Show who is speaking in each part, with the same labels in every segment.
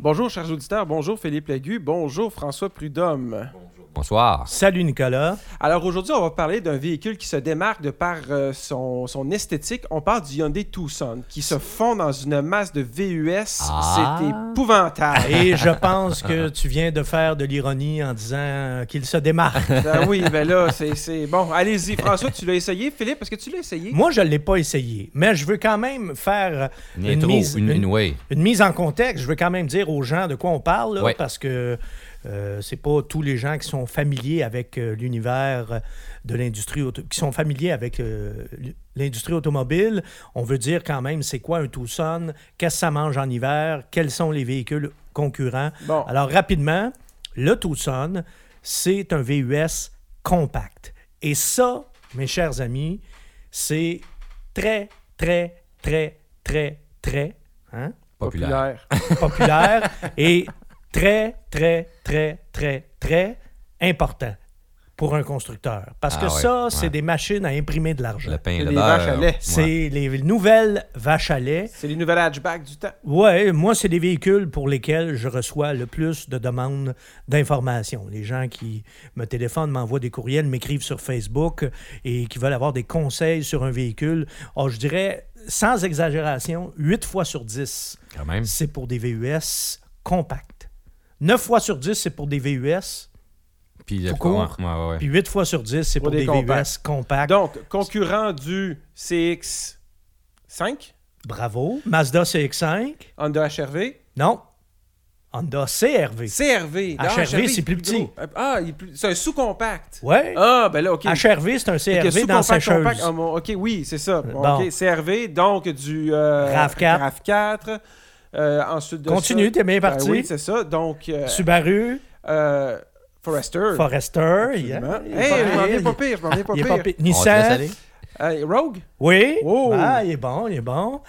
Speaker 1: Bonjour, chers auditeurs. Bonjour, Philippe Légu. Bonjour, François Prudhomme.
Speaker 2: Bonsoir.
Speaker 3: Salut Nicolas.
Speaker 1: Alors, aujourd'hui, on va parler d'un véhicule qui se démarque de par euh, son, son esthétique. On parle du Hyundai Tucson qui se fond dans une masse de VUS.
Speaker 2: Ah.
Speaker 1: C'est épouvantable.
Speaker 3: Et je pense que tu viens de faire de l'ironie en disant qu'il se démarque.
Speaker 1: Ben oui, ben là, c'est- c'est bon. Allez-y, François, tu l'as essayé. Philippe, est-ce que tu l'as essayé?
Speaker 3: Moi, je ne l'ai pas essayé, mais je veux quand même faire
Speaker 2: Une,
Speaker 3: une,
Speaker 2: intro,
Speaker 3: mise,
Speaker 2: une,
Speaker 3: une-
Speaker 2: une way.
Speaker 3: une mise en contexte. Je veux quand même dire aux gens de quoi on parle, là,
Speaker 2: Ouais.
Speaker 3: parce que euh, c'est pas tous les gens qui sont familiers avec euh, l'univers de l'industrie, auto- qui sont familiers avec euh, l'industrie automobile. On veut dire quand même c'est quoi un Tucson, qu'est-ce que ça mange en hiver, quels sont les véhicules concurrents.
Speaker 1: Bon.
Speaker 3: Alors, rapidement, le Tucson, c'est un VUS compact. Et ça, mes chers amis, c'est très, très, très, très, très hein,
Speaker 2: Populaire.
Speaker 3: populaire et très, très, très, très, très important pour un constructeur. Parce
Speaker 2: Ah
Speaker 3: que
Speaker 2: ouais,
Speaker 3: ça,
Speaker 2: ouais.
Speaker 3: c'est des machines à imprimer de l'argent.
Speaker 2: Le pain,
Speaker 1: Les
Speaker 2: le
Speaker 1: vaches
Speaker 2: beurre.
Speaker 1: à lait.
Speaker 3: C'est
Speaker 2: Ouais.
Speaker 3: les nouvelles vaches à lait.
Speaker 1: C'est les nouvelles hatchbacks du temps.
Speaker 3: Ouais, moi, c'est des véhicules pour lesquels je reçois le plus de demandes d'informations. Les gens qui me téléphonent, m'envoient des courriels, m'écrivent sur Facebook et qui veulent avoir des conseils sur un véhicule. Oh, je dirais, sans exagération, 8 fois sur 10,
Speaker 2: Quand même.
Speaker 3: c'est pour des VUS compacts. 9 fois sur 10, c'est pour des VUS.
Speaker 2: Puis le
Speaker 3: Tout court.
Speaker 2: Ouais, ouais, ouais.
Speaker 3: Puis 8 fois sur 10, c'est pour,
Speaker 1: Pour des
Speaker 3: des,
Speaker 1: compacts.
Speaker 3: VUS compacts.
Speaker 1: Donc, concurrent du CX5,
Speaker 3: Bravo. Mazda CX-5.
Speaker 1: Honda HRV,
Speaker 3: Non. Honda CRV.
Speaker 1: CRV.
Speaker 3: HRV,
Speaker 1: Non,
Speaker 3: c'est plus petit.
Speaker 1: gros. Ah, il est plus- c'est un sous-compact.
Speaker 3: Ouais.
Speaker 1: Ah, ben là, OK.
Speaker 3: HRV, c'est un
Speaker 1: Fait que
Speaker 3: CRV dans
Speaker 1: sous-compact,
Speaker 3: sécheuse.
Speaker 1: compact, ah, bon, OK, oui, c'est ça. Bon,
Speaker 3: Bon.
Speaker 1: OK, CRV, donc du euh,
Speaker 3: RAV4.
Speaker 1: RAV4, euh, ensuite de
Speaker 3: Continue,
Speaker 1: ça-
Speaker 3: t'es bien
Speaker 1: Ben
Speaker 3: parti.
Speaker 1: oui, c'est ça. Donc, euh,
Speaker 3: Subaru,
Speaker 1: euh, Forester.
Speaker 3: Forester, hein. il est
Speaker 1: absolument.
Speaker 3: pas
Speaker 1: Hey, je m'en
Speaker 3: pire,
Speaker 1: viens pas
Speaker 3: il-
Speaker 1: pire, je m'en viens pas
Speaker 3: il est pas
Speaker 1: pire.
Speaker 3: pire.
Speaker 2: On te laisse
Speaker 3: Nissan,
Speaker 2: aller?
Speaker 1: Euh, Rogue?
Speaker 3: oui,
Speaker 1: Oh.
Speaker 3: ah, il est bon, il est bon.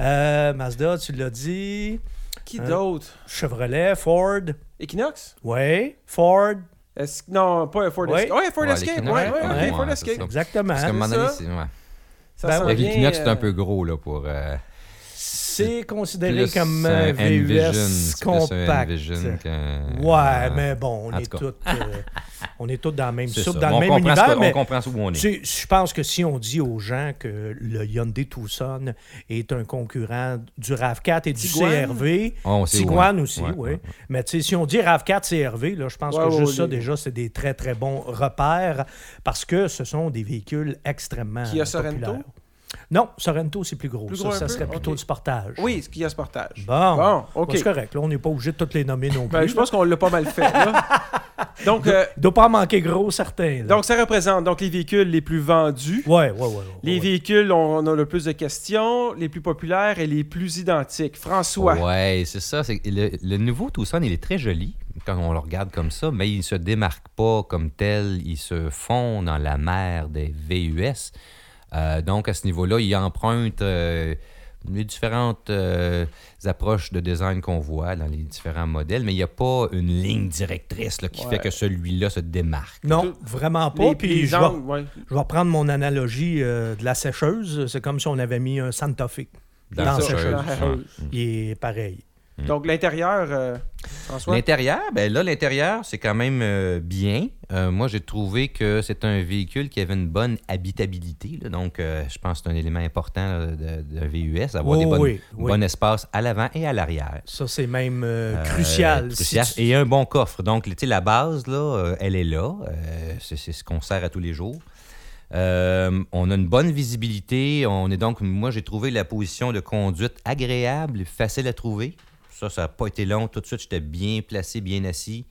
Speaker 3: Euh, Mazda, tu l'as dit.
Speaker 1: Qui
Speaker 3: Hein?
Speaker 1: d'autre?
Speaker 3: Chevrolet, Ford,
Speaker 1: Equinox?
Speaker 3: oui, Ford,
Speaker 1: Est-ce- Non, pas un Ford
Speaker 3: Ouais.
Speaker 1: Escape. Ouais, Ford
Speaker 2: Ouais,
Speaker 1: Escape. Ouais,
Speaker 2: l'Equinox,
Speaker 1: ouais,
Speaker 2: ouais,
Speaker 1: ok,
Speaker 2: ouais,
Speaker 1: Ford
Speaker 2: c'est
Speaker 1: Escape.
Speaker 2: ça.
Speaker 3: exactement.
Speaker 2: Parce qu'à un moment
Speaker 1: c'est
Speaker 2: donné,
Speaker 1: ça.
Speaker 2: c'est. Ouais.
Speaker 1: Ça
Speaker 3: Ben
Speaker 1: s'en
Speaker 3: oui.
Speaker 2: Avec
Speaker 1: vient,
Speaker 2: l'Equinox, c'est un
Speaker 1: euh,
Speaker 2: peu gros, là, pour. euh,
Speaker 3: C'est considéré
Speaker 2: plus
Speaker 3: comme
Speaker 2: un
Speaker 3: euh, un
Speaker 2: Envision.
Speaker 3: VUS
Speaker 2: C'est plus un
Speaker 3: compact.
Speaker 2: Envision qu'un-
Speaker 3: Ouais, mais bon, on
Speaker 2: En
Speaker 3: est,
Speaker 2: tout cas.
Speaker 3: tous, euh, on est tous dans la même
Speaker 2: euh, C'est
Speaker 3: soupe,
Speaker 2: ça.
Speaker 3: dans
Speaker 2: on
Speaker 3: le même
Speaker 2: comprend ce que-
Speaker 3: univers, mais
Speaker 2: On comprend ce où on est.
Speaker 3: Tu sais, je pense que si on dit aux gens que le Hyundai Tucson est un concurrent du RAV4 et du
Speaker 1: Tiguan?
Speaker 3: CRV,
Speaker 2: Ah, on sait où,
Speaker 3: Tiguan
Speaker 2: hein.
Speaker 3: aussi,
Speaker 2: Ouais,
Speaker 3: oui.
Speaker 2: ouais, ouais.
Speaker 3: Mais tu sais, si on dit RAV4 CRV, là, je pense
Speaker 1: Ouais,
Speaker 3: que
Speaker 1: ouais,
Speaker 3: juste ça,
Speaker 1: les-
Speaker 3: déjà, c'est des très, très bons repères parce que ce sont des véhicules extrêmement
Speaker 1: Kia
Speaker 3: euh,
Speaker 1: Sorento?
Speaker 3: populaires. Non, Sorento, c'est plus gros.
Speaker 1: Plus
Speaker 3: ça,
Speaker 1: gros un
Speaker 3: ça
Speaker 1: peu?
Speaker 3: serait plutôt
Speaker 1: Ok.
Speaker 3: du portage.
Speaker 1: Oui, ce qu'il y a ce portage.
Speaker 3: Bon,
Speaker 1: Bon, OK.
Speaker 3: Bon, c'est correct. Là, on n'est pas obligé de toutes les nommer non plus.
Speaker 1: Ben, je pense qu'on l'a pas mal fait. là. donc, euh,
Speaker 3: Il ne doit pas en manquer gros, certains.
Speaker 1: donc, ça représente donc, les véhicules les plus vendus.
Speaker 3: oui, oui, oui.
Speaker 1: Les véhicules, on, on a le plus de questions, les plus populaires et les plus identiques. François,
Speaker 2: Ouais, c'est ça. c'est- le, le nouveau Tucson, il est très joli quand on le regarde comme ça, mais il se démarque pas comme tel. Il se fond dans la mer des VUS. Euh, donc, à ce niveau-là, il emprunte euh, les différentes euh, approches de design qu'on voit dans les différents modèles, mais il n'y a pas une ligne directrice là, qui
Speaker 1: Ouais.
Speaker 2: fait que celui-là se démarque.
Speaker 3: Non, vraiment pas.
Speaker 1: les,
Speaker 3: Puis
Speaker 1: les
Speaker 3: je vais-
Speaker 1: angles, ouais.
Speaker 3: Je vais reprendre mon analogie euh, de la sécheuse. C'est comme si on avait mis un Santa Fe dans, la
Speaker 2: sécheuse.
Speaker 3: sécheuse.
Speaker 2: Ouais.
Speaker 3: Il est pareil.
Speaker 1: Donc, l'intérieur, euh, François,
Speaker 2: L'intérieur, ben là, l'intérieur, c'est quand même euh, bien. Euh, moi, j'ai trouvé que c'est un véhicule qui avait une bonne habitabilité. là. donc, euh, je pense que c'est un élément important là, de- d'un VUS, avoir
Speaker 3: Oh,
Speaker 2: des bonnes,
Speaker 3: oui, oui.
Speaker 2: bon espace à l'avant et à l'arrière.
Speaker 3: Ça, c'est même euh,
Speaker 2: Euh,
Speaker 3: crucial. Si
Speaker 2: crucial.
Speaker 3: tu-
Speaker 2: Et un bon coffre. Donc, tu sais, la base, là, euh, elle est là. Euh, c'est c'est ce qu'on sert à tous les jours. Euh, on a une bonne visibilité. On est donc, moi, j'ai trouvé la position de conduite agréable, facile à trouver. Ça, ça n'a pas été long. Tout de suite, j'étais bien placé, bien assis.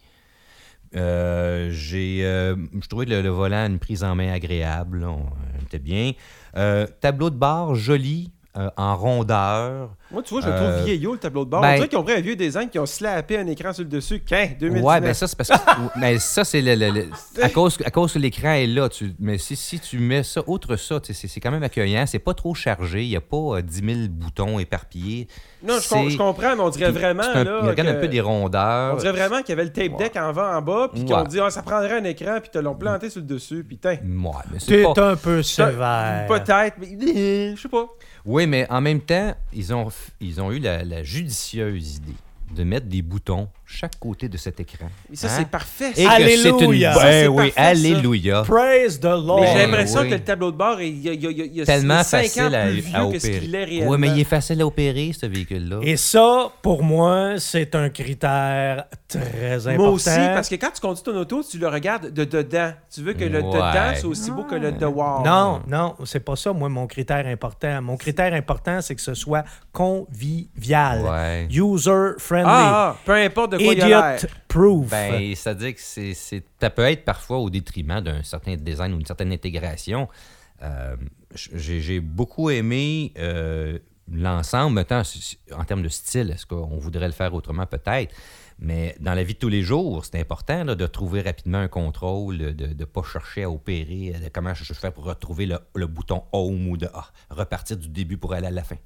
Speaker 2: Euh, j'ai euh, je trouvais que le, le volant a une prise en main agréable. là. On, on était bien. Euh, tableau de bord joli, euh, en rondeur.
Speaker 1: moi, tu vois, je le trouve
Speaker 2: Euh,
Speaker 1: vieillot, le tableau de bord. on
Speaker 2: ben-
Speaker 1: dirait qu'ils ont pris un vieux design, qu'ils ont slappé un écran sur le dessus. Qu'un, 2019.
Speaker 2: Ouais, ben ça, c'est parce que. ou- mais ça, c'est le. le- le- à, cause, à cause que l'écran est là. Tu, mais si, si tu mets ça, autre ça, tu sais, c'est c'est quand même accueillant. C'est pas trop chargé. Il n'y a pas euh, 10 000 boutons éparpillés.
Speaker 1: non, je, com-
Speaker 2: C'est-
Speaker 1: je comprends, mais on dirait
Speaker 2: Puis,
Speaker 1: vraiment.
Speaker 2: c'est un-
Speaker 1: là,
Speaker 2: il regarde
Speaker 1: que-
Speaker 2: un peu des rondeurs.
Speaker 1: On dirait vraiment qu'il y avait le tape deck en bas, en bas, puis qu'on
Speaker 2: Ouais.
Speaker 1: dit Ah, ça prendrait un écran, puis te l'ont planté sur le dessus, puis tiens.
Speaker 2: Ouais, mais c'est
Speaker 3: T'es
Speaker 2: pas-
Speaker 3: un peu sévère.
Speaker 1: Peut-être, mais je sais pas.
Speaker 2: Oui, mais en même temps, ils ont, f- ils ont eu la, la judicieuse idée de mettre des boutons chaque côté de cet écran.
Speaker 1: Mais ça,
Speaker 2: Hein?
Speaker 1: c'est parfait.
Speaker 2: Et
Speaker 1: ça.
Speaker 2: que c'est une...
Speaker 3: Alléluia! Ben
Speaker 2: bonne-
Speaker 3: Ça,
Speaker 1: c'est
Speaker 2: Eh oui,
Speaker 1: parfait, ça.
Speaker 2: alléluia.
Speaker 3: Praise the Lord!
Speaker 1: Mais j'ai
Speaker 2: Ben
Speaker 1: l'impression
Speaker 2: oui.
Speaker 1: que le tableau de bord, il y a, il y a- il y a- il y a
Speaker 2: Tellement
Speaker 1: cinq ans
Speaker 2: facile
Speaker 1: plus
Speaker 2: à,
Speaker 1: vieux
Speaker 2: à
Speaker 1: que ce qu'il est
Speaker 2: opérer.
Speaker 1: réellement.
Speaker 2: Oui, mais il est facile à opérer, ce véhicule-là.
Speaker 3: Et ça, pour moi, c'est un critère très important.
Speaker 1: Moi aussi, parce que quand tu conduis ton auto, tu le regardes de dedans. Tu veux que le
Speaker 2: Ouais.
Speaker 1: dedans soit aussi beau que le dehors.
Speaker 3: Non, non, c'est pas ça, moi, mon critère important. Mon critère important, c'est que ce soit convivial,
Speaker 2: Ouais.
Speaker 3: user-friendly,
Speaker 1: Ah, ah, peu importe de quoi il a l'air.
Speaker 3: idiot-proof.
Speaker 2: Ben, c'est-à-dire que c'est, c'est- ça peut être parfois au détriment d'un certain design ou d'une certaine intégration. Euh, j- j'ai, j'ai beaucoup aimé euh, l'ensemble. Maintenant, c- c- en termes de style, est-ce qu'on voudrait le faire autrement? Peut-être. Mais dans la vie de tous les jours, c'est important là, de trouver rapidement un contrôle, de ne pas chercher à opérer, euh, de comment je je fais pour retrouver le, le bouton home ou de ah, repartir du début pour aller à la fin.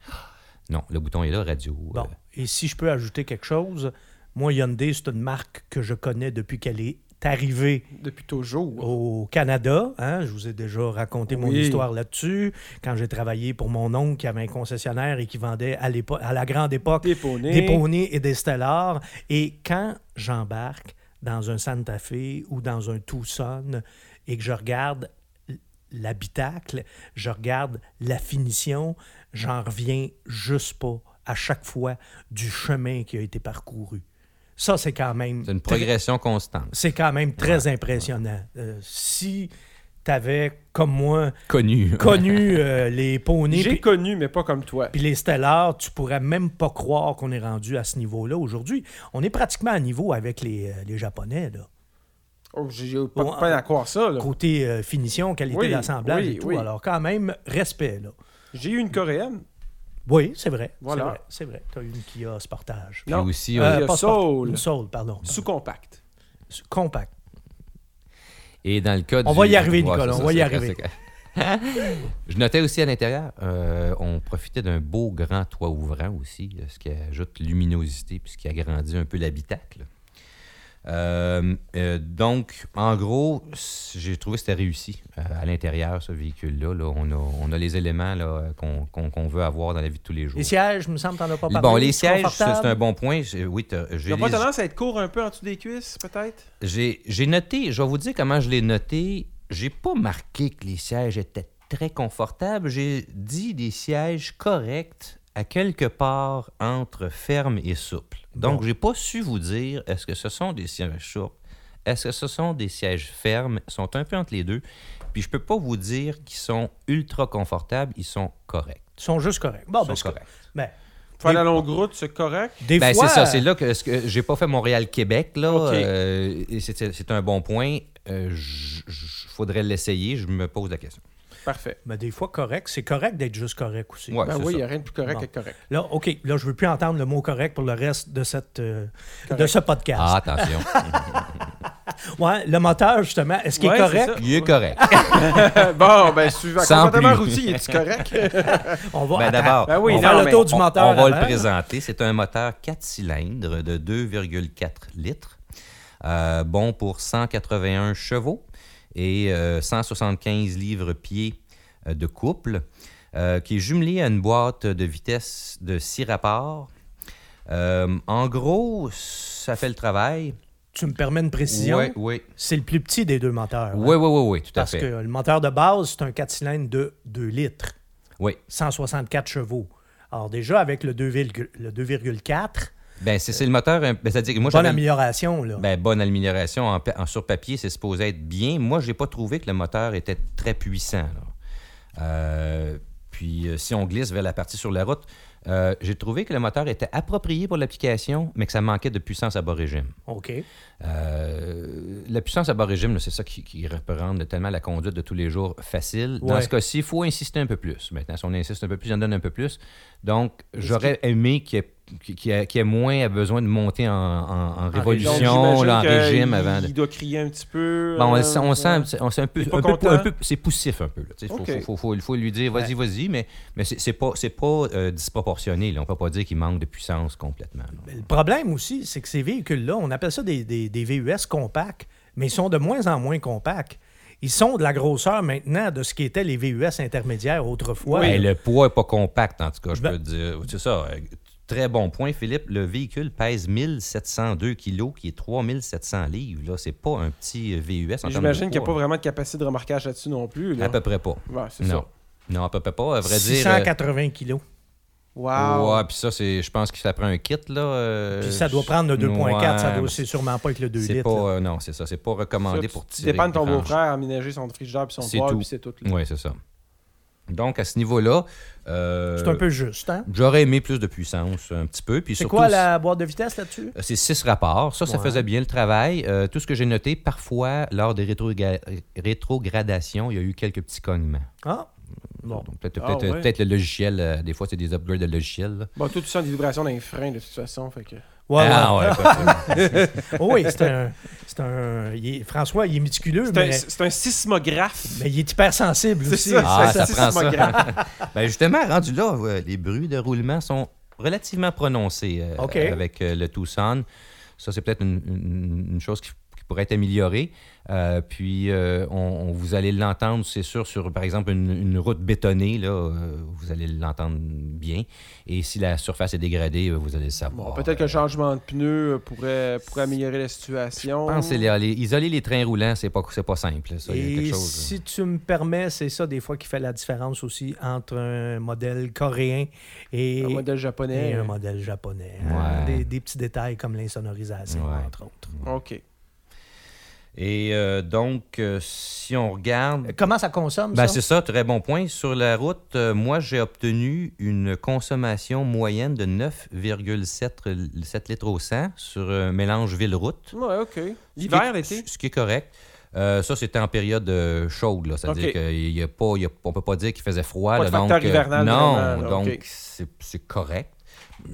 Speaker 2: Non, le bouton est là, radio.
Speaker 3: Bon,
Speaker 2: euh,
Speaker 3: et si je peux ajouter quelque chose, moi, Hyundai, c'est une marque que je connais depuis qu'elle est arrivée
Speaker 1: Depuis toujours.
Speaker 2: Oh.
Speaker 3: au Canada. hein, je vous ai déjà raconté mon
Speaker 1: Oui.
Speaker 3: histoire là-dessus. Quand j'ai travaillé pour mon oncle qui avait un concessionnaire et qui vendait à, l'époque- à la grande époque
Speaker 1: Des poneys.
Speaker 3: des poneys et des stellars. Et quand j'embarque dans un Santa Fe ou dans un Tucson et que je regarde l- l'habitacle, je regarde la finition, j'en reviens juste pas à chaque fois du chemin qui a été parcouru. Ça, c'est quand même
Speaker 2: c'est une
Speaker 3: très-
Speaker 2: progression constante.
Speaker 3: c'est quand même très impressionnant. Euh, si tu avais, comme moi,
Speaker 2: Connue.
Speaker 3: connu euh, les poneys
Speaker 1: J'ai
Speaker 3: puis-
Speaker 1: connu, mais pas comme toi.
Speaker 3: puis les stellars, tu pourrais même pas croire qu'on est rendu à ce niveau-là aujourd'hui. On est pratiquement à niveau avec les, euh, les Japonais. Là.
Speaker 1: Oh, J'ai j'ai pas
Speaker 3: Bon,
Speaker 1: de peine à croire ça. là.
Speaker 3: Côté euh, finition, qualité
Speaker 1: Oui,
Speaker 3: d'assemblage
Speaker 1: oui,
Speaker 3: et tout.
Speaker 1: oui.
Speaker 3: Alors, quand même, respect. Là.
Speaker 1: J'ai eu une coréenne.
Speaker 3: Oui, c'est vrai.
Speaker 1: Voilà.
Speaker 3: C'est vrai. Tu as une Kia Sportage.
Speaker 2: Puis
Speaker 1: Non.
Speaker 2: aussi,
Speaker 1: Euh,
Speaker 2: on-
Speaker 1: il y a
Speaker 3: pas Sport-
Speaker 1: Soul.
Speaker 3: Soul, pardon.
Speaker 1: Sous compact.
Speaker 3: Compact.
Speaker 2: Et dans le cas
Speaker 3: On
Speaker 2: du-
Speaker 3: va y arriver,
Speaker 2: Ouais,
Speaker 3: Nicolas,
Speaker 2: c'est
Speaker 3: on
Speaker 2: ça,
Speaker 3: va y
Speaker 2: c'est
Speaker 3: arriver.
Speaker 2: classique. Je notais aussi à l'intérieur, euh, on profitait d'un beau grand toit ouvrant aussi, euh, ce qui ajoute luminosité puis ce qui agrandit un peu l'habitacle. Euh, euh, donc, en gros, c- j'ai trouvé que c'était réussi euh, à l'intérieur, ce véhicule-là. là. on, a, on a les éléments là, qu'on, qu'on- qu'on veut avoir dans la vie de tous les jours.
Speaker 3: Les sièges, il me semble, tu n'en as pas parlé.
Speaker 2: bon, les sièges, c'est
Speaker 3: Confortable.
Speaker 2: c'est un bon point. J'ai- Oui, t'as-
Speaker 1: Il
Speaker 2: j'ai
Speaker 1: n'a pas
Speaker 2: les-
Speaker 1: tendance à être court un peu en dessous des cuisses, peut-être?
Speaker 2: j'ai j'ai noté, je vais vous dire comment je l'ai noté. J'ai pas marqué que les sièges étaient très confortables. J'ai dit des sièges corrects à quelque part entre ferme et souple. Donc, j'ai pas su vous dire est-ce que ce sont des sièges souples, est-ce que ce sont des sièges fermes, Ils sont un peu entre les deux. Puis, je peux pas vous dire qu'ils sont ultra confortables, ils sont corrects.
Speaker 3: Ils sont juste corrects. Bon,
Speaker 2: Ils sont
Speaker 3: ben, c'est
Speaker 2: corrects.
Speaker 3: ben,
Speaker 1: Faire la longue route, c'est correct.
Speaker 3: des
Speaker 2: Ben,
Speaker 3: fois,
Speaker 2: c'est ça, c'est là que, ce que j'ai pas fait Montréal-Québec, là.
Speaker 1: Ok.
Speaker 2: euh, et c'est c'est un bon point. Euh, j- j- faudrait l'essayer, je me pose la question.
Speaker 1: Parfait.
Speaker 3: mais Ben, des fois, correct. C'est correct d'être juste correct aussi.
Speaker 2: Ouais,
Speaker 1: ben
Speaker 2: c'est
Speaker 1: oui, il n'y
Speaker 2: ça.
Speaker 1: a rien de plus correct
Speaker 3: Bon.
Speaker 1: que correct.
Speaker 3: Là, OK, là, je veux plus entendre le mot correct pour le reste de, cette, euh, de ce podcast.
Speaker 2: Ah, attention.
Speaker 3: Ouais, le moteur, justement, est-ce qu'il
Speaker 1: Ouais,
Speaker 3: est
Speaker 1: c'est
Speaker 3: correct?
Speaker 2: Il est correct.
Speaker 1: bon, ben, suivant.
Speaker 2: Sans
Speaker 1: Complètement
Speaker 2: plus.
Speaker 1: routier, est-tu correct?
Speaker 3: On va,
Speaker 2: Ben,
Speaker 3: attends,
Speaker 2: d'abord,
Speaker 1: Ben oui,
Speaker 3: on
Speaker 1: non,
Speaker 3: va faire le
Speaker 1: mais
Speaker 3: tour du
Speaker 2: on,
Speaker 3: moteur.
Speaker 2: on va
Speaker 3: avant.
Speaker 2: le présenter. C'est un moteur 4 cylindres de 2,4 litres, euh, bon pour 181 chevaux et euh, 175 livres-pieds euh, de couple, euh, qui est jumelé à une boîte de vitesse de 6 rapports. Euh, en gros, ça fait le travail.
Speaker 3: Tu me permets une précision?
Speaker 2: Oui, oui.
Speaker 3: C'est le plus petit des deux moteurs. hein?
Speaker 2: Oui, oui, oui, oui, tout à
Speaker 3: Parce
Speaker 2: fait.
Speaker 3: que le moteur de base, c'est un 4 cylindres de 2 litres,
Speaker 2: Oui.
Speaker 3: 164 chevaux. Alors déjà, avec le 2,4, le 2,4,
Speaker 2: Ben, c'est c'est le moteur. hein, ben, C'est-à-dire que moi,
Speaker 3: bonne
Speaker 2: j'avais-
Speaker 3: amélioration. Là.
Speaker 2: Ben, bonne amélioration en, pa- en- sur papier, c'est supposé être bien. Moi, j'ai pas trouvé que le moteur était très puissant. là. Euh, puis, euh, si on glisse vers la partie sur la route, euh, j'ai trouvé que le moteur était approprié pour l'application, mais que ça manquait de puissance à bas régime.
Speaker 3: OK.
Speaker 2: Euh, la puissance à bas régime, là, c'est ça qui, qui représente tellement la conduite de tous les jours facile. Dans
Speaker 3: Ouais.
Speaker 2: ce cas-ci, il faut insister un peu plus. Maintenant, si on insiste un peu plus, on donne un peu plus. Donc, j'aurais aimé qu'il y ait- qu'il y ait, qu'il y ait moins besoin de monter en, en- en révolution,
Speaker 1: Ah, Donc,
Speaker 2: là, en
Speaker 1: j'imagine
Speaker 2: régime
Speaker 1: que
Speaker 2: avant. de-
Speaker 1: Il doit crier un petit peu.
Speaker 2: Ben, on,
Speaker 1: euh,
Speaker 2: le sent- on sent, un
Speaker 1: euh,
Speaker 2: petit- on sent un peu,
Speaker 1: Il est pas
Speaker 2: un peu-
Speaker 1: content?
Speaker 2: un peu- c'est poussif un peu. Il faut,
Speaker 1: Ok.
Speaker 2: faut- faut- faut- il faut lui dire vas-y, vas-y, mais, mais c'est c'est pas, c'est pas euh, disproportionné. là. On peut pas dire qu'il manque de puissance complètement. là.
Speaker 3: Le problème aussi, c'est que ces véhicules-là, on appelle ça des, des- des VUS compacts, mais ils sont de moins en moins compacts. Ils sont de la grosseur maintenant de ce qu'étaient les VUS intermédiaires autrefois.
Speaker 2: Ben, le poids n'est pas compact, en tout cas, je
Speaker 3: Ben-
Speaker 2: peux te dire. C'est ça. euh, Très bon point, Philippe. Le véhicule pèse 1702 kilos, qui est 3700 livres. Là, c'est pas un petit euh, VUS. en termes de
Speaker 1: J'imagine qu'il n'y a pas
Speaker 2: poids,
Speaker 1: vraiment de capacité de remorquage là-dessus non plus.
Speaker 2: là.
Speaker 1: Là.
Speaker 2: À peu près pas.
Speaker 1: Ouais, c'est
Speaker 2: Non.
Speaker 1: ça.
Speaker 2: Non, à peu près pas. À vrai dire. euh,
Speaker 3: 680 kilos.
Speaker 1: Wow.
Speaker 2: Ouais, puis ça, c'est, je pense que ça prend un kit, là. euh,
Speaker 3: Puis ça doit prendre le 2.4, ça
Speaker 2: ouais,
Speaker 3: doit, c'est sûrement pas avec le 2
Speaker 2: c'est
Speaker 3: litres.
Speaker 2: pas,
Speaker 3: là.
Speaker 2: euh, non, c'est ça. C'est pas recommandé
Speaker 1: Ça,
Speaker 2: pour
Speaker 1: tu
Speaker 2: tirer.
Speaker 1: dépannes
Speaker 2: des
Speaker 1: ton
Speaker 2: granges.
Speaker 1: beau-frère à aménager son frigidaire puis son
Speaker 2: C'est
Speaker 1: poêle
Speaker 2: tout.
Speaker 1: puis c'est tout. là.
Speaker 2: Oui, c'est ça. Donc, à ce niveau-là. euh,
Speaker 3: C'est un peu juste, hein?
Speaker 2: J'aurais aimé plus de puissance, un petit peu. Puis
Speaker 3: C'est
Speaker 2: surtout,
Speaker 3: quoi la boîte de vitesse là-dessus?
Speaker 2: C'est six rapports. Ça, ça
Speaker 3: Ouais.
Speaker 2: faisait bien le travail. Euh, tout ce que j'ai noté, parfois, lors des rétrogra- rétrogradations, il y a eu quelques petits cognements.
Speaker 3: Ah, bon.
Speaker 2: Donc, peut-être,
Speaker 1: Ah,
Speaker 2: peut-être-
Speaker 1: ouais.
Speaker 2: peut-être le logiciel, euh, des fois, c'est des upgrades de logiciels. là.
Speaker 1: Bon, toi, tu sens des vibrations dans les freins, de toute façon. Fait que...
Speaker 3: Ouais,
Speaker 2: Ah,
Speaker 3: ouais.
Speaker 2: ouais, possible.
Speaker 3: Oh oui, c'est un... c'est un- il est- François, il est méticuleux,
Speaker 1: C'est un,
Speaker 3: mais...
Speaker 1: c'est un sismographe.
Speaker 3: mais il est hypersensible
Speaker 1: C'est
Speaker 3: aussi.
Speaker 1: ça,
Speaker 2: Ah,
Speaker 1: c'est
Speaker 2: ça
Speaker 1: un
Speaker 2: prend
Speaker 1: sismographe.
Speaker 2: ça. ben justement, rendu là, ouais, les bruits de roulement sont relativement prononcés euh,
Speaker 3: OK.
Speaker 2: avec euh, le Tucson. Ça, c'est peut-être une, une- une chose qui, qui pourrait être améliorée. Euh, puis, euh, on, on- vous allez l'entendre, c'est sûr, sur, par exemple, une, une route bétonnée, là, euh, vous allez l'entendre bien. Et si la surface est dégradée, euh, vous allez le savoir.
Speaker 1: Bon, peut-être que le changement de pneus pourrait, pourrait améliorer la situation.
Speaker 2: Je pense que les- les- isoler les trains roulants, c'est pas, c'est pas simple. Ça, il y a
Speaker 3: Et
Speaker 2: quelque chose. hein.
Speaker 3: si tu me permets, c'est ça des fois qui fait la différence aussi entre un modèle coréen et
Speaker 1: Un modèle japonais.
Speaker 3: et un modèle japonais. hein.
Speaker 2: Ouais.
Speaker 3: Des, des petits détails comme l'insonorisation,
Speaker 2: Ouais.
Speaker 3: entre autres.
Speaker 1: OK.
Speaker 2: Et euh, donc, euh, si on regarde.
Speaker 3: Euh, Comment ça consomme,
Speaker 2: Ben,
Speaker 3: ça?
Speaker 2: c'est ça, très bon point. Sur la route, euh, moi, j'ai obtenu une consommation moyenne de 9,7 l- 7 litres au 100 sur un mélange ville-route.
Speaker 1: Ouais, OK. L'hiver,
Speaker 2: Ce qui est-
Speaker 1: l'été.
Speaker 2: Ce qui est correct. Euh, ça, c'était en période euh, chaude. Là. Ça veut
Speaker 1: OK.
Speaker 2: dire qu'il y a pas, il y a- on peut pas dire qu'il faisait froid.
Speaker 1: Pas
Speaker 2: là,
Speaker 1: de
Speaker 2: donc,
Speaker 1: facteur
Speaker 2: euh,
Speaker 1: hivernal,
Speaker 2: non,
Speaker 1: vraiment, là,
Speaker 2: donc
Speaker 1: OK.
Speaker 2: c'est c'est correct.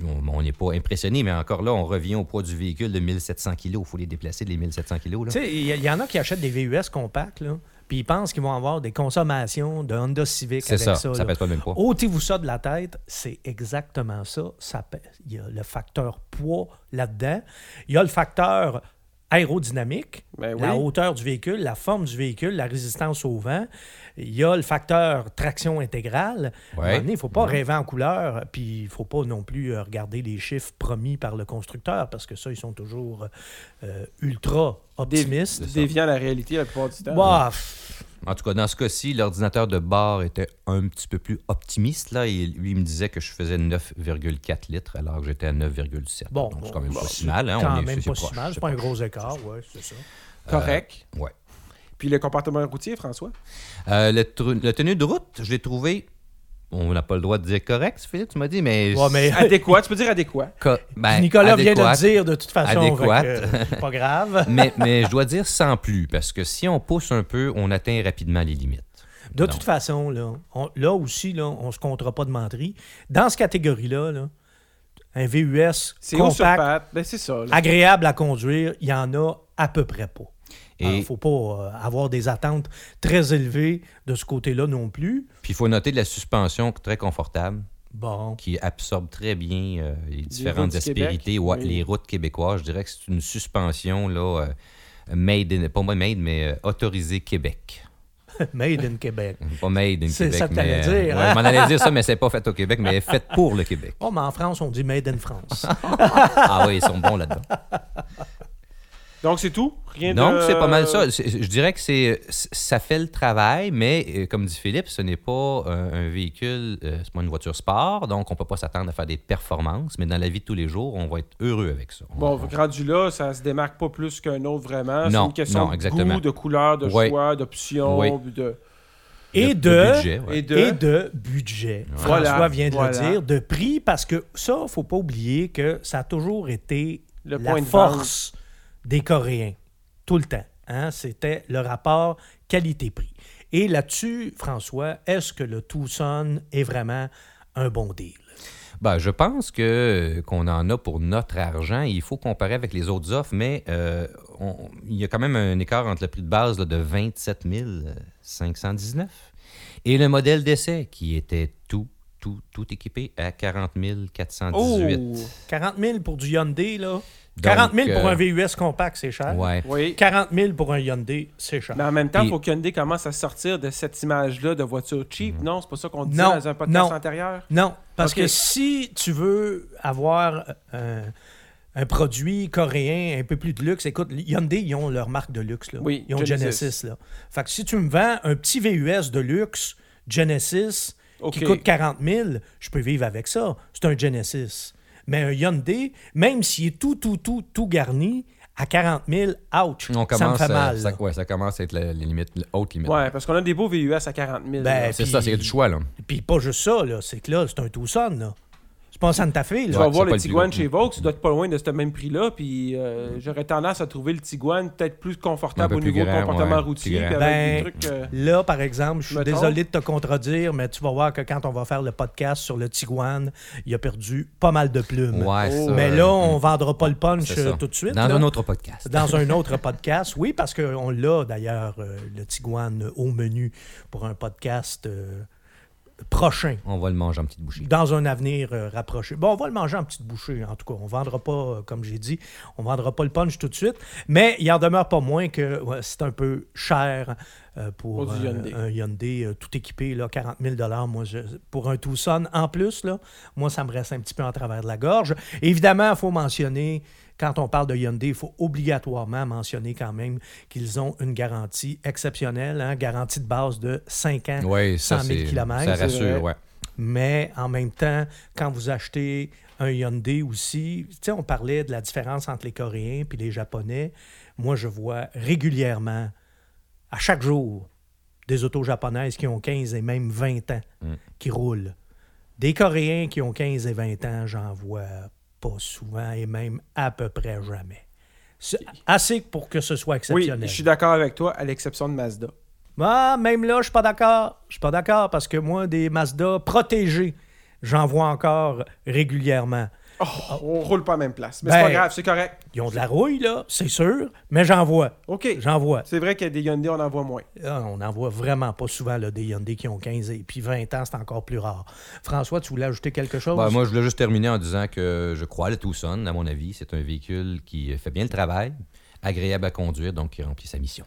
Speaker 2: On- On n'est pas impressionné, mais encore là, on revient au poids du véhicule de 1700 kg. Il faut les déplacer, les 1700 kg.
Speaker 3: Tu sais, il y, a- il y en a qui achètent des VUS compacts, là, puis ils pensent qu'ils vont avoir des consommations de Honda Civic
Speaker 2: C'est
Speaker 3: avec
Speaker 2: ça,
Speaker 3: ça.
Speaker 2: ça,
Speaker 3: là.
Speaker 2: pèse pas le même poids.
Speaker 3: Ôtez-vous ça de la tête, c'est exactement ça. ça pèse. Il y a le facteur poids là-dedans. Il y a le facteur aérodynamique,
Speaker 1: Ben oui.
Speaker 3: la hauteur du véhicule, la forme du véhicule, la résistance au vent. Il y a le facteur traction intégrale.
Speaker 2: Ouais. Mhm.
Speaker 3: À un moment donné, Il ne faut pas rêver en couleur, puis il ne faut pas non plus euh, regarder les chiffres promis par le constructeur, parce que ça, ils sont toujours euh, ultra optimistes.
Speaker 1: Déviant la réalité la plupart du temps.
Speaker 3: Bah, pff,
Speaker 2: En tout cas, dans ce cas-ci, l'ordinateur de bord était un petit peu plus optimiste. Là, et lui, il me disait que je faisais 9,4 litres alors que j'étais à 9,7.
Speaker 3: Bon,
Speaker 2: Donc, c'est quand même
Speaker 3: bon,
Speaker 2: pas si mal. Hein?
Speaker 3: quand
Speaker 2: On est-
Speaker 3: même
Speaker 2: c'est-
Speaker 3: pas
Speaker 2: c'est
Speaker 3: si
Speaker 2: proche,
Speaker 3: mal. C'est pas un gros écart, ouais, c'est ça.
Speaker 2: Euh,
Speaker 1: Correct.
Speaker 2: Ouais.
Speaker 1: Puis le comportement routier, François?
Speaker 2: Euh, le, tru- le tenue de route, je l'ai trouvé. On n'a pas le droit de dire correct, Philippe, tu m'as dit, mais.
Speaker 3: Ouais, mais-
Speaker 1: Adéquat, tu peux dire adéquat.
Speaker 2: Co- ben,
Speaker 3: Nicolas vient de
Speaker 2: adéquat.
Speaker 3: le dire de toute façon.
Speaker 2: Adéquate.
Speaker 3: fait que, euh, c'est pas grave.
Speaker 2: mais, mais je dois dire sans plus, parce que si on pousse un peu, on atteint rapidement les limites.
Speaker 3: De
Speaker 2: Non.
Speaker 3: toute façon, là, on- là aussi, là, on se comptera pas de menterie. Dans cette catégorie-là, là, un VUS
Speaker 1: C'est haut sur
Speaker 3: compact,
Speaker 1: pattes. Ben, c'est ça. là.
Speaker 3: agréable à conduire, il y en a à peu près pas. Il
Speaker 2: Et-
Speaker 3: ne faut pas euh, avoir des attentes très élevées de ce côté-là non plus.
Speaker 2: Puis, il faut noter de la suspension très confortable.
Speaker 3: Bon,
Speaker 2: qui absorbe très bien euh, les
Speaker 1: routes
Speaker 2: différentes
Speaker 1: du
Speaker 2: aspérités,
Speaker 1: Québec,
Speaker 2: ouais,
Speaker 1: oui.
Speaker 2: les routes québécoises. Je dirais que c'est une suspension là, euh, made, in- pas moi made, mais euh, autorisée Québec.
Speaker 3: made in Québec.
Speaker 2: Pas made in
Speaker 3: C'est
Speaker 2: Québec.
Speaker 3: ça que
Speaker 2: mais,
Speaker 3: t'allais dire,
Speaker 2: euh, ouais,
Speaker 3: hein?
Speaker 2: je m'en allais dire ça, mais c'est pas fait au Québec, mais faite pour le Québec.
Speaker 3: Oh, mais en France, on dit made in France.
Speaker 2: Ah oui, ils sont bons là-dedans.
Speaker 1: Donc, c'est tout? Rien de...
Speaker 2: Donc, c'est pas mal ça. C'est- Je dirais que c'est, c'est- ça fait le travail, mais euh, comme dit Philippe, ce n'est pas euh, un véhicule, euh, c'est pas une voiture sport, donc on peut pas s'attendre à faire des performances, mais dans la vie de tous les jours, on va être heureux avec ça. On-
Speaker 1: Bon,
Speaker 2: on-
Speaker 1: rendu là, ça se démarque pas plus qu'un autre vraiment. c'est
Speaker 2: Non,
Speaker 1: une question
Speaker 2: non,
Speaker 1: de
Speaker 2: exactement.
Speaker 1: goût, de couleur, de
Speaker 2: Oui.
Speaker 1: choix, d'options,
Speaker 2: Oui.
Speaker 1: de...
Speaker 3: Et
Speaker 2: Le-
Speaker 3: de-
Speaker 2: le budget, ouais.
Speaker 1: et de...
Speaker 3: et de budget.
Speaker 1: Voilà,
Speaker 3: François vient de
Speaker 1: voilà.
Speaker 3: le dire, de prix, parce que ça, faut pas oublier que ça a toujours été
Speaker 1: Le
Speaker 3: la
Speaker 1: point de
Speaker 3: force des Coréens, tout le temps. hein. C'était le rapport qualité-prix. Et là-dessus, François, est-ce que le Tucson est vraiment un bon deal?
Speaker 2: Ben, je pense que euh, qu'on en a pour notre argent. Il faut comparer avec les autres offres, mais euh, on- il y a quand même un écart entre le prix de base là, de 27 519 et le modèle d'essai qui était tout, tout, tout équipé à 40
Speaker 1: Oh!
Speaker 2: 418.
Speaker 3: 40 000 pour du Hyundai, là.
Speaker 2: Donc,
Speaker 3: 40 000 pour
Speaker 2: euh,
Speaker 3: un hein? VUS compact, c'est cher.
Speaker 2: Ouais.
Speaker 1: Oui.
Speaker 3: 40 000 pour un Hyundai, c'est cher.
Speaker 1: Mais en même temps, il
Speaker 2: Puis-
Speaker 1: faut qu'Hyundai commence à sortir de cette image-là de voiture
Speaker 2: Mm.
Speaker 1: cheap. Non, c'est pas ça qu'on dit
Speaker 3: Non,
Speaker 1: dans un podcast
Speaker 3: non.
Speaker 1: antérieur.
Speaker 3: Non, parce
Speaker 1: Ok.
Speaker 3: que si tu veux avoir euh, un, produit coréen un peu plus de luxe, écoute, Hyundai, ils ont leur marque de luxe. Là.
Speaker 1: Oui,
Speaker 3: ils ont Genesis.
Speaker 1: Genesis,
Speaker 3: là. Fait que si tu me vends un petit VUS de luxe, Genesis,
Speaker 1: Ok.
Speaker 3: qui coûte 40 000, je peux vivre avec ça. C'est un Genesis. Mais un Hyundai, même s'il est tout, tout, tout, tout garni, à 40 000, ouch,
Speaker 2: On
Speaker 3: ça me
Speaker 2: commence
Speaker 3: fait
Speaker 2: à-
Speaker 3: mal.
Speaker 2: ça-
Speaker 3: là.
Speaker 2: ouais, ça commence à être la, les limites, la haute limite.
Speaker 1: Ouais, parce qu'on a des beaux VUS à 40 000.
Speaker 3: Ben,
Speaker 1: là.
Speaker 2: C'est
Speaker 3: puis-
Speaker 2: ça, c'est du choix, là.
Speaker 3: Puis pas juste ça, là, c'est que là, c'est un Tucson. là. C'est pas un Santa Fe.
Speaker 1: Tu
Speaker 3: Là.
Speaker 1: vas voir
Speaker 2: Ouais, c'est
Speaker 1: le
Speaker 2: pas le plus
Speaker 1: Tiguan
Speaker 2: haut.
Speaker 1: chez Vaux, tu dois être pas loin de ce même prix-là. Puis euh, j'aurais tendance à trouver le Tiguan peut-être plus
Speaker 2: Un
Speaker 1: confortable
Speaker 2: peu
Speaker 1: au
Speaker 2: plus
Speaker 1: niveau
Speaker 2: grand,
Speaker 1: comportement
Speaker 2: ouais,
Speaker 1: routier.
Speaker 2: plus
Speaker 1: puis
Speaker 2: grand.
Speaker 1: avec
Speaker 3: Ben,
Speaker 1: des trucs, euh,
Speaker 3: Là, par exemple, je suis
Speaker 1: Mettons.
Speaker 3: désolé de te contredire, mais tu vas voir que quand on va faire le podcast sur le Tiguan, il a perdu pas mal de plumes.
Speaker 2: Ouais,
Speaker 1: Oh.
Speaker 2: ça,
Speaker 3: mais
Speaker 2: euh,
Speaker 3: là, on vendra pas le punch
Speaker 2: c'est ça.
Speaker 3: euh, tout de suite.
Speaker 2: Dans
Speaker 3: là.
Speaker 2: un autre podcast.
Speaker 3: Dans un autre podcast, oui, parce qu'on l'a d'ailleurs, euh, le Tiguan euh, au menu pour un podcast euh, prochain,
Speaker 2: On va le manger en petite bouchée.
Speaker 3: dans un avenir euh, rapproché. Bon, on va le manger en petite bouchée, en tout cas. On vendra pas, euh, comme j'ai dit, on vendra pas le punch tout de suite, mais il en demeure pas moins que ouais, c'est un peu cher euh, pour,
Speaker 1: Pour du
Speaker 3: euh,
Speaker 1: Hyundai.
Speaker 3: un Hyundai euh, tout équipé, là, 40 000 moi, je- pour un Tucson en plus. Là, moi, ça me reste un petit peu en travers de la gorge. Évidemment, il faut mentionner, quand on parle de Hyundai, il faut obligatoirement mentionner quand même qu'ils ont une garantie exceptionnelle, hein, garantie de base de 5 ans.
Speaker 2: Ouais,
Speaker 3: 100
Speaker 2: ça,
Speaker 3: 000
Speaker 2: c'est. Ça
Speaker 3: kilomètres, c'est
Speaker 2: rassure, ouais.
Speaker 3: Mais en même temps, quand vous achetez un Hyundai aussi, tu sais, on parlait de la différence entre les Coréens puis les Japonais. Moi, je vois régulièrement, à chaque jour, des autos japonaises qui ont 15 et même 20 ans
Speaker 1: Mm.
Speaker 3: qui roulent. Des Coréens qui ont 15 et 20 ans, j'en vois pas souvent et même à peu près jamais. C'est assez pour que ce soit
Speaker 1: oui,
Speaker 3: exceptionnel.
Speaker 1: je suis d'accord avec toi, à l'exception de Mazda.
Speaker 3: Ah, même là, je suis pas d'accord. Je suis pas d'accord parce que moi, des Mazda protégés, j'en vois encore régulièrement.
Speaker 1: Oh, On roule pas à la même place. Mais
Speaker 3: Ben-
Speaker 1: c'est pas grave, c'est correct.
Speaker 3: Ils ont de la rouille, là, c'est sûr, mais j'en vois.
Speaker 1: OK.
Speaker 3: J'en vois.
Speaker 1: C'est vrai qu'il y a des Hyundai, on en voit moins.
Speaker 3: Ah, on n'en voit vraiment pas souvent là, des Hyundai qui ont 15 et puis 20 ans, c'est encore plus rare. François, tu voulais ajouter quelque chose?
Speaker 2: Ben, moi, je voulais juste terminer en disant que je crois le Tucson, à mon avis, c'est un véhicule qui fait bien le travail, agréable à conduire, donc qui remplit sa mission.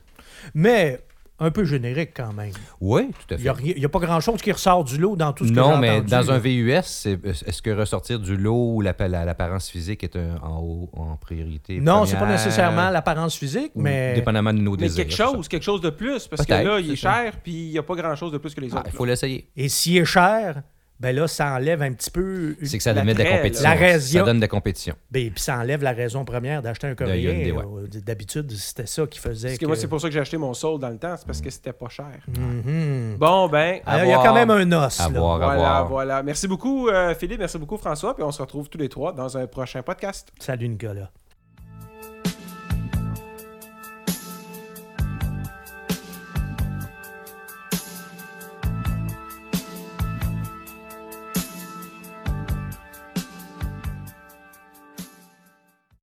Speaker 3: Mais un peu générique quand même.
Speaker 2: Oui, tout à
Speaker 3: Il
Speaker 2: fait.
Speaker 3: n'y a, rien- il y a pas grand-chose qui ressort du lot dans tout ce que
Speaker 2: non,
Speaker 3: j'ai
Speaker 2: mais
Speaker 3: entendu,
Speaker 2: dans
Speaker 3: là.
Speaker 2: un VUS, c'est- euh, est-ce que ressortir du lot ou l'appel à l'apparence physique est un- en haut, en priorité?
Speaker 3: Non, c'est pas
Speaker 2: première,
Speaker 3: nécessairement l'apparence physique,
Speaker 2: ou
Speaker 3: mais...
Speaker 2: Dépendamment de nos
Speaker 1: Mais
Speaker 2: désirs.
Speaker 1: quelque
Speaker 2: tout ça.
Speaker 1: chose, quelque chose de plus. Parce que
Speaker 2: Peut-être,
Speaker 1: là, il est
Speaker 2: c'est ça.
Speaker 1: cher, puis il n'y a pas grand-chose de plus que les
Speaker 2: Ah,
Speaker 1: autres.
Speaker 2: Il
Speaker 1: là.
Speaker 2: faut l'essayer.
Speaker 3: Et s'il est cher, ben là, ça enlève un petit peu...
Speaker 2: C'est que ça
Speaker 1: La
Speaker 2: donne de la
Speaker 1: traîne,
Speaker 2: compétition.
Speaker 3: la raison.
Speaker 2: Ça donne de la compétition.
Speaker 3: Ben, puis ça enlève la raison première d'acheter un Coréen.
Speaker 2: Hyundai,
Speaker 3: là. D'habitude, c'était ça qui faisait.
Speaker 1: Parce que
Speaker 3: que-
Speaker 1: moi, c'est pour ça que j'ai acheté mon Soul dans le temps, c'est parce
Speaker 2: Mm.
Speaker 1: que c'était pas cher.
Speaker 3: Mhm.
Speaker 1: Bon, ben,
Speaker 3: Alors, Il y a
Speaker 2: Avoir-
Speaker 3: quand même un os.
Speaker 2: À
Speaker 3: là.
Speaker 2: voir, à
Speaker 1: voilà,
Speaker 2: voir.
Speaker 1: voilà. Merci beaucoup, euh, Philippe, merci beaucoup, François, puis on se retrouve tous les trois dans un prochain podcast.
Speaker 3: Salut, Nicolas.